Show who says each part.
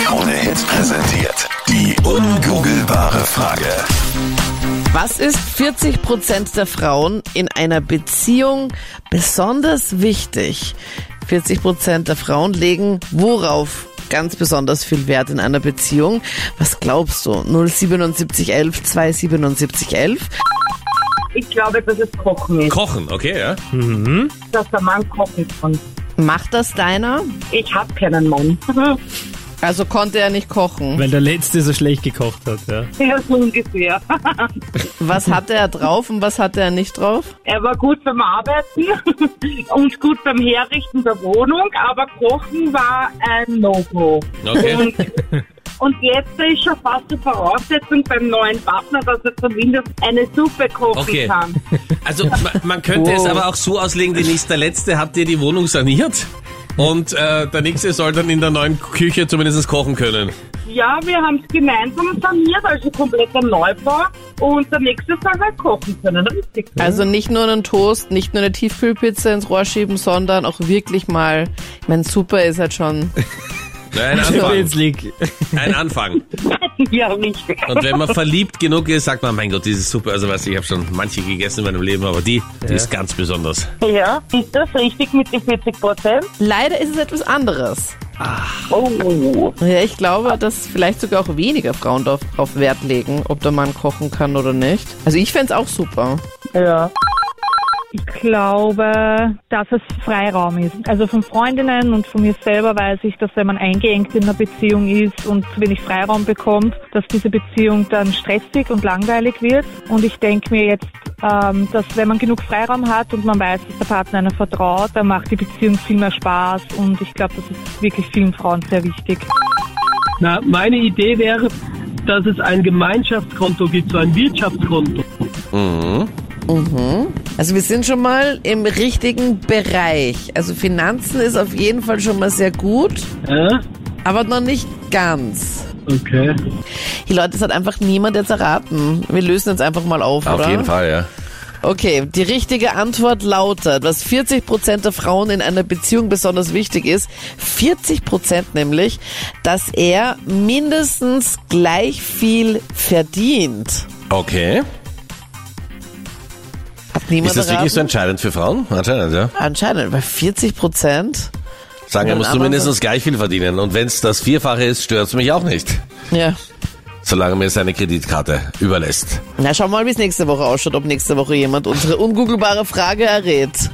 Speaker 1: Krone Hits präsentiert. Die ungoogelbare Frage.
Speaker 2: Was ist 40 Prozent der Frauen in einer Beziehung besonders wichtig? 40 Prozent der Frauen legen worauf ganz besonders viel Wert in einer Beziehung? Was glaubst du? 07711 27711?
Speaker 3: Ich glaube, dass es Kochen ist,
Speaker 4: Kochen, okay, ja.
Speaker 3: dass der Mann kochen kann.
Speaker 2: Macht das deiner?
Speaker 3: Ich habe keinen Mann.
Speaker 2: Also konnte er nicht kochen.
Speaker 5: Weil der Letzte so schlecht gekocht hat, ja.
Speaker 3: ja, so ungefähr.
Speaker 2: Was hatte er drauf und was hatte er nicht drauf?
Speaker 3: Er war gut beim Arbeiten und gut beim Herrichten der Wohnung, aber Kochen war ein No-Go.
Speaker 4: Okay.
Speaker 3: Und, und jetzt ist schon fast die Voraussetzung beim neuen Partner, dass er zumindest eine Suppe kochen
Speaker 4: Okay.
Speaker 3: kann.
Speaker 4: Also ma- man könnte es aber auch so auslegen, die nächste letzte hat dir die Wohnung saniert und äh, der nächste soll dann in der neuen Küche zumindest kochen können.
Speaker 3: Ja, wir haben es gemeinsam saniert, also kompletter Neubau. Und der nächste soll halt kochen können, richtig.
Speaker 2: Also nicht nur einen Toast, nicht nur eine Tiefkühlpizza ins Rohr schieben, sondern auch wirklich mal, ich meine, super ist halt schon.
Speaker 4: Ein Anfang.
Speaker 5: Champions League.
Speaker 4: Ein Anfang.
Speaker 3: ja, richtig.
Speaker 4: Und wenn man verliebt genug ist, sagt man, mein Gott, diese Suppe, also weiß ich, ich habe schon manche gegessen in meinem Leben, aber die, die ist ganz besonders.
Speaker 3: Ja, ist das richtig mit den 40 Prozent?
Speaker 2: Leider ist es etwas anderes.
Speaker 3: Oh,
Speaker 2: Ja, ich glaube, dass vielleicht sogar auch weniger Frauen darauf drauf Wert legen, ob der Mann kochen kann oder nicht. Also ich fänd's auch super.
Speaker 3: ja.
Speaker 6: Ich glaube, dass es Freiraum ist. Also von Freundinnen und von mir selber weiß ich, dass wenn man eingeengt in einer Beziehung ist und zu wenig Freiraum bekommt, dass diese Beziehung dann stressig und langweilig wird. Und ich denke mir jetzt, ähm, dass wenn man genug Freiraum hat und man weiß, dass der Partner einem vertraut, dann macht die Beziehung viel mehr Spaß. Und ich glaube, das ist wirklich vielen Frauen sehr wichtig.
Speaker 7: Na, meine Idee wäre, dass es ein Gemeinschaftskonto gibt, so ein Wirtschaftskonto.
Speaker 2: Also wir sind schon mal im richtigen Bereich. Also Finanzen ist auf jeden Fall schon mal sehr gut,
Speaker 7: Äh?
Speaker 2: aber noch nicht ganz.
Speaker 7: Okay.
Speaker 2: Die Leute, das hat einfach niemand jetzt erraten. Wir lösen jetzt einfach mal auf, oder?
Speaker 4: Auf jeden Fall, ja.
Speaker 2: Okay, die richtige Antwort lautet, was 40% der Frauen in einer Beziehung besonders wichtig ist, 40% nämlich, dass er mindestens gleich viel verdient.
Speaker 4: Okay.
Speaker 2: Hat niemand
Speaker 4: Ist das
Speaker 2: erraten?
Speaker 4: wirklich so entscheidend für Frauen? Anscheinend, ja.
Speaker 2: Anscheinend, bei 40%.
Speaker 4: Sagen,
Speaker 2: Ja,
Speaker 4: er muss
Speaker 2: aber-
Speaker 4: zumindest gleich viel verdienen. Und wenn es das Vierfache ist, stört's mich auch nicht.
Speaker 2: Ja.
Speaker 4: Solange mir seine Kreditkarte überlässt.
Speaker 2: Na, schauen wir mal, wie es nächste Woche ausschaut, ob nächste Woche jemand unsere ungoogelbare Frage errät.